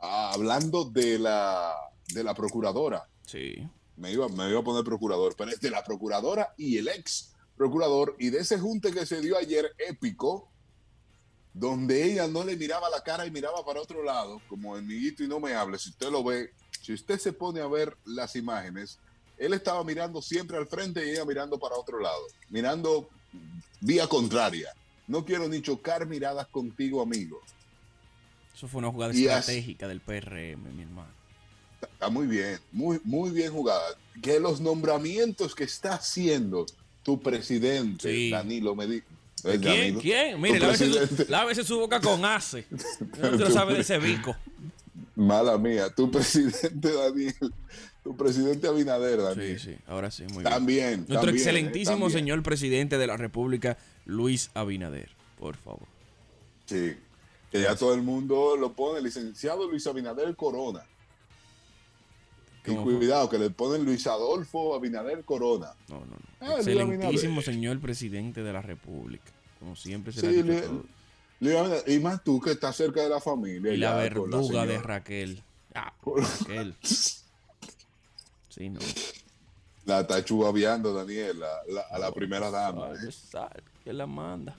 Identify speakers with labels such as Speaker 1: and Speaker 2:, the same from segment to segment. Speaker 1: Ah, hablando de la, de la procuradora,
Speaker 2: Sí.
Speaker 1: me iba, me iba a poner procurador, pero es de la procuradora y el ex procurador, y de ese junte que se dio ayer épico, donde ella no le miraba la cara y miraba para otro lado, como el miguito y no me hable, si usted lo ve, si usted se pone a ver las imágenes, él estaba mirando siempre al frente y ella mirando para otro lado, mirando vía contraria. No quiero ni chocar miradas contigo, amigo.
Speaker 2: Eso fue una jugada
Speaker 1: Y as-
Speaker 2: estratégica del PRM, mi hermano.
Speaker 1: Está muy bien, muy, muy bien jugada. Que los nombramientos que está haciendo tu presidente,
Speaker 2: Sí.
Speaker 1: Danilo ¿eh, Medina.
Speaker 2: ¿Quién? ¿Quién? Mire, lávese,
Speaker 1: este-
Speaker 2: su- lávese su boca con ace. No te lo sabe de ese bico.
Speaker 1: Mala mía, tu presidente Daniel, tu presidente Abinader,
Speaker 2: Sí,
Speaker 1: Daniel.
Speaker 2: sí, ahora sí, muy bien.
Speaker 1: También.
Speaker 2: Nuestro
Speaker 1: también,
Speaker 2: excelentísimo
Speaker 1: eh, también.
Speaker 2: señor presidente de la República, Luis Abinader. Por favor.
Speaker 1: Sí, que ya todo el mundo lo pone, licenciado Luis Abinader Corona. Y
Speaker 2: ¿Cómo fue?
Speaker 1: cuidado, que le ponen Luis Adolfo Abinader Corona.
Speaker 2: No, no, no.
Speaker 1: Ah, Luis
Speaker 2: excelentísimo
Speaker 1: Abinader.
Speaker 2: señor presidente de la República. Como siempre se
Speaker 1: Sí,
Speaker 2: le ha dicho
Speaker 1: le-
Speaker 2: todo.
Speaker 1: Luis Abinader- y más tú que estás cerca de la familia.
Speaker 2: Y la
Speaker 1: ya, con la
Speaker 2: verduga de
Speaker 1: señora.
Speaker 2: Raquel. Ah,
Speaker 1: Por-
Speaker 2: Raquel. Sí, no.
Speaker 1: La está chubaviando, Daniel, la- la- a la primera dama.
Speaker 2: Sabe, sabe que la manda.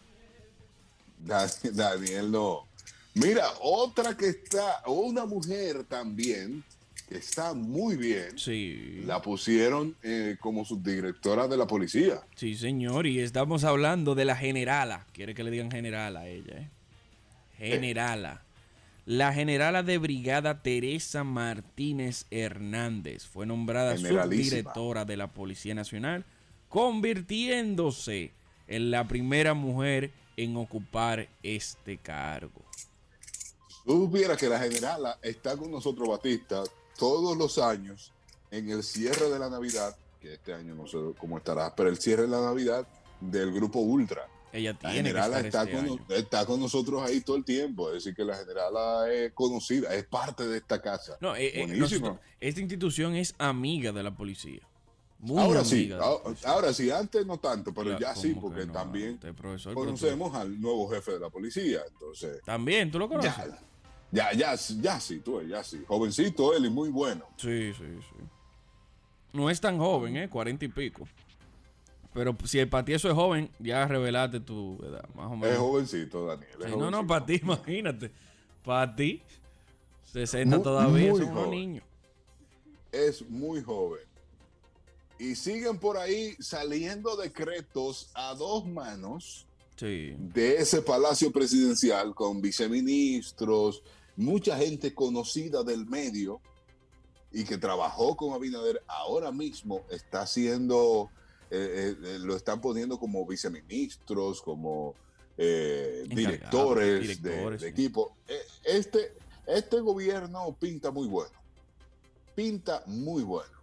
Speaker 1: Da- Daniel no. Mira, otra que está, o una mujer también, que está muy bien.
Speaker 2: Sí.
Speaker 1: La pusieron eh, como subdirectora de la policía.
Speaker 2: Sí, señor. Y estamos hablando de la generala. Quiere que le digan generala a ella, ¿eh? Generala. La generala de brigada Teresa Martínez Hernández fue nombrada
Speaker 1: Generalísima.
Speaker 2: subdirectora de la Policía Nacional, convirtiéndose en la primera mujer en ocupar este cargo.
Speaker 1: Tú supieras que la generala está con nosotros, Batista, todos los años en el cierre de la Navidad, que este año no sé cómo estará, pero el cierre de la Navidad del grupo Ultra.
Speaker 2: Ella
Speaker 1: La
Speaker 2: tiene que
Speaker 1: generala
Speaker 2: estar
Speaker 1: está,
Speaker 2: este
Speaker 1: con,
Speaker 2: año.
Speaker 1: está con nosotros ahí todo el tiempo. Es decir, que la generala es conocida, es parte de esta casa.
Speaker 2: No, eh, eh,
Speaker 1: Buenísimo.
Speaker 2: nosotros- esta institución es amiga de la policía. Muy
Speaker 1: ahora
Speaker 2: amiga
Speaker 1: sí, ah,
Speaker 2: de la
Speaker 1: ahora,
Speaker 2: policía.
Speaker 1: ahora sí, antes no tanto, pero
Speaker 2: Claro,
Speaker 1: ya sí,
Speaker 2: ¿cómo que
Speaker 1: porque
Speaker 2: no?
Speaker 1: también
Speaker 2: Usted, profesor, pero tú-
Speaker 1: conocemos al nuevo jefe de la policía. Entonces,
Speaker 2: También, ¿tú lo conoces?
Speaker 1: ya, ya, ya, ya sí, tú, ya sí. Jovencito él y muy bueno.
Speaker 2: Sí, sí, sí. No es tan joven, ¿eh? Cuarenta y pico. Pero si el ti eso es joven, ya revelaste tu edad, más o
Speaker 1: Es
Speaker 2: menos.
Speaker 1: jovencito, Daniel. es
Speaker 2: Sí, no, no,
Speaker 1: jovencito.
Speaker 2: para ti, imagínate. Para ti, 60
Speaker 1: Muy-
Speaker 2: todavía,
Speaker 1: muy
Speaker 2: son unos
Speaker 1: joven.
Speaker 2: niños.
Speaker 1: es muy joven. Y siguen por ahí saliendo decretos a dos manos
Speaker 2: Sí.
Speaker 1: de ese palacio presidencial con viceministros, mucha gente conocida del medio y que trabajó con Abinader, ahora mismo está siendo, eh, eh, eh, lo están poniendo como viceministros, como eh,
Speaker 2: Encargado,
Speaker 1: directores, de-
Speaker 2: directores,
Speaker 1: de,
Speaker 2: sí.
Speaker 1: equipo. Eh, Este, este gobierno pinta muy bueno, pinta muy bueno.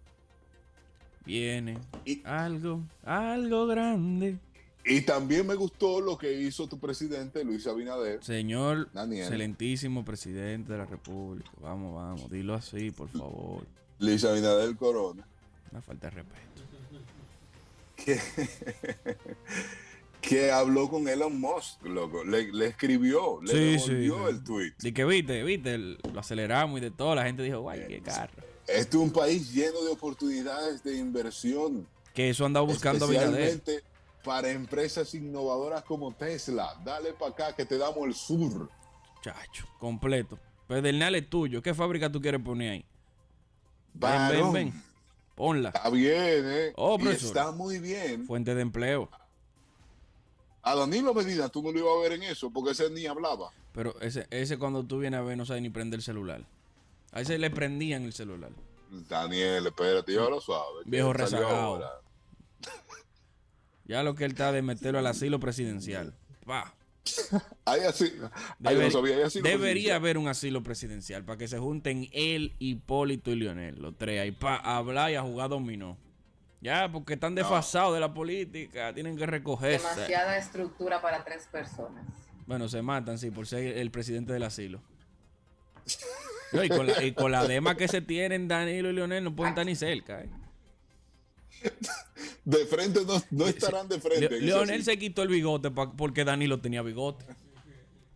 Speaker 2: Viene.
Speaker 1: Y-
Speaker 2: Algo, algo grande.
Speaker 1: Y también me gustó lo que hizo tu presidente Luis Abinader.
Speaker 2: Señor,
Speaker 1: Daniel.
Speaker 2: excelentísimo presidente de la República. Vamos, vamos, dilo así, por favor.
Speaker 1: Luis Abinader Corona.
Speaker 2: Una falta de respeto.
Speaker 1: que, que habló con Elon Musk, loco. Le, le escribió, le devolvió el tweet.
Speaker 2: De que viste, viste, el- lo aceleramos y de todo. La gente dijo, guay, qué carro.
Speaker 1: Este es un país lleno de oportunidades de inversión,
Speaker 2: Que eso andaba buscando a Abinader.
Speaker 1: especialmente para empresas innovadoras como Tesla. Dale para acá que te damos el sur.
Speaker 2: Chacho, completo. Pedernal es tuyo. ¿Qué fábrica tú quieres poner ahí? Ven, ven,
Speaker 1: Varón,
Speaker 2: ven. Ponla.
Speaker 1: Está bien, ¿eh?
Speaker 2: Oh,
Speaker 1: y
Speaker 2: profesor.
Speaker 1: está muy bien.
Speaker 2: Fuente de empleo.
Speaker 1: A Danilo Medina, tú no lo ibas a ver en eso, porque ese ni hablaba.
Speaker 2: Pero ese, ese cuando tú vienes a ver no sabe ni prender el celular. A ese le prendían el celular.
Speaker 1: Daniel, espérate, ya lo sabes. que
Speaker 2: Viejo
Speaker 1: salió
Speaker 2: rezagado.
Speaker 1: ahora.
Speaker 2: Ya lo que él está de meterlo al asilo presidencial. Pa.
Speaker 1: Ahí así. ahí
Speaker 2: Deber-
Speaker 1: no sabía, ahí así no
Speaker 2: debería
Speaker 1: sabía.
Speaker 2: haber un asilo presidencial para que se junten él, Hipólito y Lionel, los tres ahí, para hablar y a jugar dominó. Ya, porque están desfasados de la política, tienen que recogerse.
Speaker 3: Demasiada estructura para tres personas.
Speaker 2: Bueno, se matan, sí, por ser el presidente del asilo. No, y, con la, y con la dema que se tienen, Danilo y Lionel no pueden estar ni cerca. eh.
Speaker 1: De frente no, no estarán de frente.
Speaker 2: Le-
Speaker 1: en eso
Speaker 2: Lionel
Speaker 1: sí.
Speaker 2: se quitó el bigote pa- porque Danilo tenía bigote.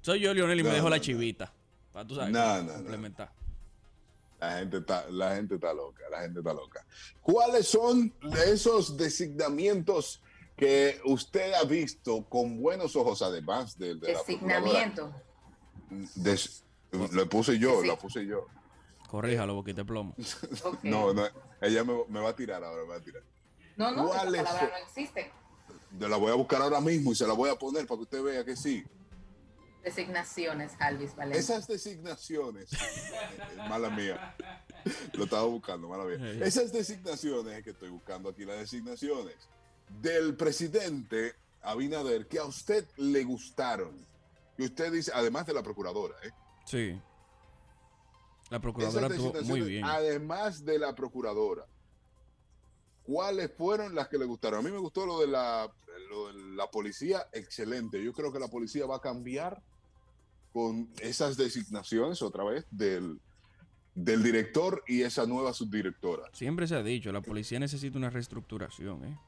Speaker 2: Soy yo, Lionel, y me
Speaker 1: No,
Speaker 2: dejo
Speaker 1: no,
Speaker 2: la
Speaker 1: no.
Speaker 2: chivita. Para tú sabes,
Speaker 1: No, no,
Speaker 2: para
Speaker 1: no.
Speaker 2: complementar.
Speaker 1: La gente, está, la gente está loca, la gente está loca. ¿Cuáles son esos designamientos que usted ha visto con buenos ojos, además del de la
Speaker 3: Designamiento.
Speaker 1: procuradora? Des- lo puse yo,
Speaker 3: Desi-
Speaker 1: lo puse yo.
Speaker 2: Corríjalo, boquita de plomo.
Speaker 3: Ok.
Speaker 1: No, no, ella me, me va a tirar ahora, me va a tirar.
Speaker 3: no, no, esa
Speaker 1: ¿cuál es?
Speaker 3: palabra no existe.
Speaker 1: Yo la voy a buscar ahora mismo y se la voy a poner para que usted vea que sí.
Speaker 3: Designaciones, Alvis Valencia.
Speaker 1: Esas designaciones, mala mía, lo estaba buscando, mala mía. Esas designaciones es que estoy buscando aquí, las designaciones del presidente Abinader que a usted le gustaron. Y usted dice, además de la procuradora, ¿eh?
Speaker 2: Sí. La
Speaker 1: Esas
Speaker 2: procuradora estuvo muy
Speaker 1: designaciones,
Speaker 2: bien.
Speaker 1: Además de la procuradora, ¿cuáles fueron las que le gustaron? A mí me gustó lo de la, lo de la policía, excelente. Yo creo que la policía va a cambiar con esas designaciones otra vez del, del director y esa nueva subdirectora.
Speaker 2: Siempre se ha dicho, la policía necesita una reestructuración, ¿eh?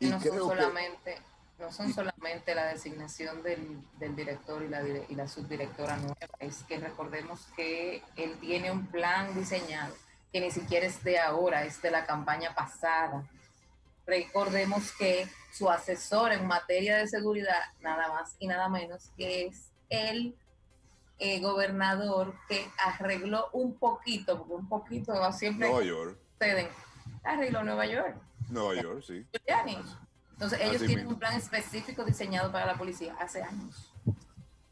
Speaker 1: Y
Speaker 3: no son
Speaker 1: creo que-
Speaker 3: solamente, no son
Speaker 1: y-
Speaker 3: solamente la designación del, del director y la, dire- y la subdirectora nueva, es que recordemos que él tiene un plan diseñado que ni siquiera es de ahora, es de la campaña pasada. Recordemos que su asesor en materia de seguridad, nada más y nada menos, que es el eh, gobernador que arregló un poquito, porque un poquito no siempre
Speaker 1: Nueva York,
Speaker 3: suceden, arregló Nueva York.
Speaker 1: Nueva York, sí.
Speaker 3: Giuliani. Entonces, ellos
Speaker 1: Así
Speaker 3: tienen
Speaker 1: mismo.
Speaker 3: un plan específico diseñado para la policía hace años.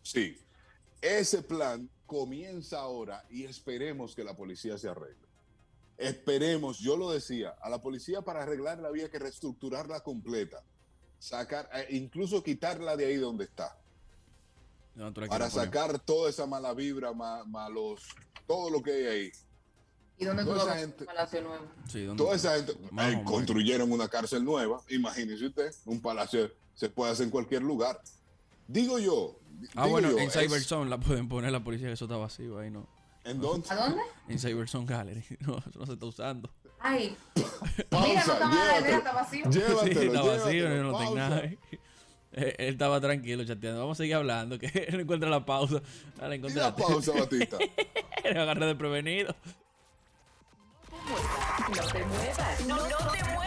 Speaker 1: Sí. Ese plan comienza ahora y esperemos que la policía se arregle. Esperemos, yo lo decía, a la policía para arreglarla había que reestructurarla completa. Sacar, eh, incluso quitarla de ahí donde está.
Speaker 2: No, tú la
Speaker 1: Para
Speaker 2: quieres poner.
Speaker 1: sacar toda esa mala vibra, ma- malos, todo lo que hay ahí.
Speaker 3: ¿Y dónde tú
Speaker 1: Toda
Speaker 3: lo
Speaker 1: esa
Speaker 3: ves en
Speaker 1: gente-
Speaker 3: Palacio Nuevo?
Speaker 2: Sí, ¿dónde-
Speaker 1: Toda esa gente.
Speaker 2: Más
Speaker 1: ahí
Speaker 2: o menos.
Speaker 1: construyeron una cárcel nueva. Imagínese usted, un palacio se puede hacer en cualquier lugar. Digo yo. di-
Speaker 2: Ah,
Speaker 1: digo
Speaker 2: bueno,
Speaker 1: yo,
Speaker 2: en
Speaker 1: es-
Speaker 2: Cyberzone la pueden poner la policía, que eso está vacío ahí, ¿no?
Speaker 1: ¿En dónde?
Speaker 3: ¿A dónde?
Speaker 2: En Cyberzone Gallery. No, eso no se está usando.
Speaker 3: Ay, mira, no
Speaker 1: Pausa,
Speaker 3: está nada, mira,
Speaker 1: llévatelo.
Speaker 3: está vacío.
Speaker 1: Llévatelo,
Speaker 2: sí, está vacío,
Speaker 1: llévatelo,
Speaker 2: no tengo
Speaker 1: pausa.
Speaker 2: nada. ahí. Eh, Él estaba tranquilo chateando. Vamos a seguir hablando, que él encuentra la pausa. Dale,
Speaker 1: Y
Speaker 2: encuentra
Speaker 1: la pausa, Batista.
Speaker 2: Le agarra desprevenido.
Speaker 4: No te muevas. No, no te muevas.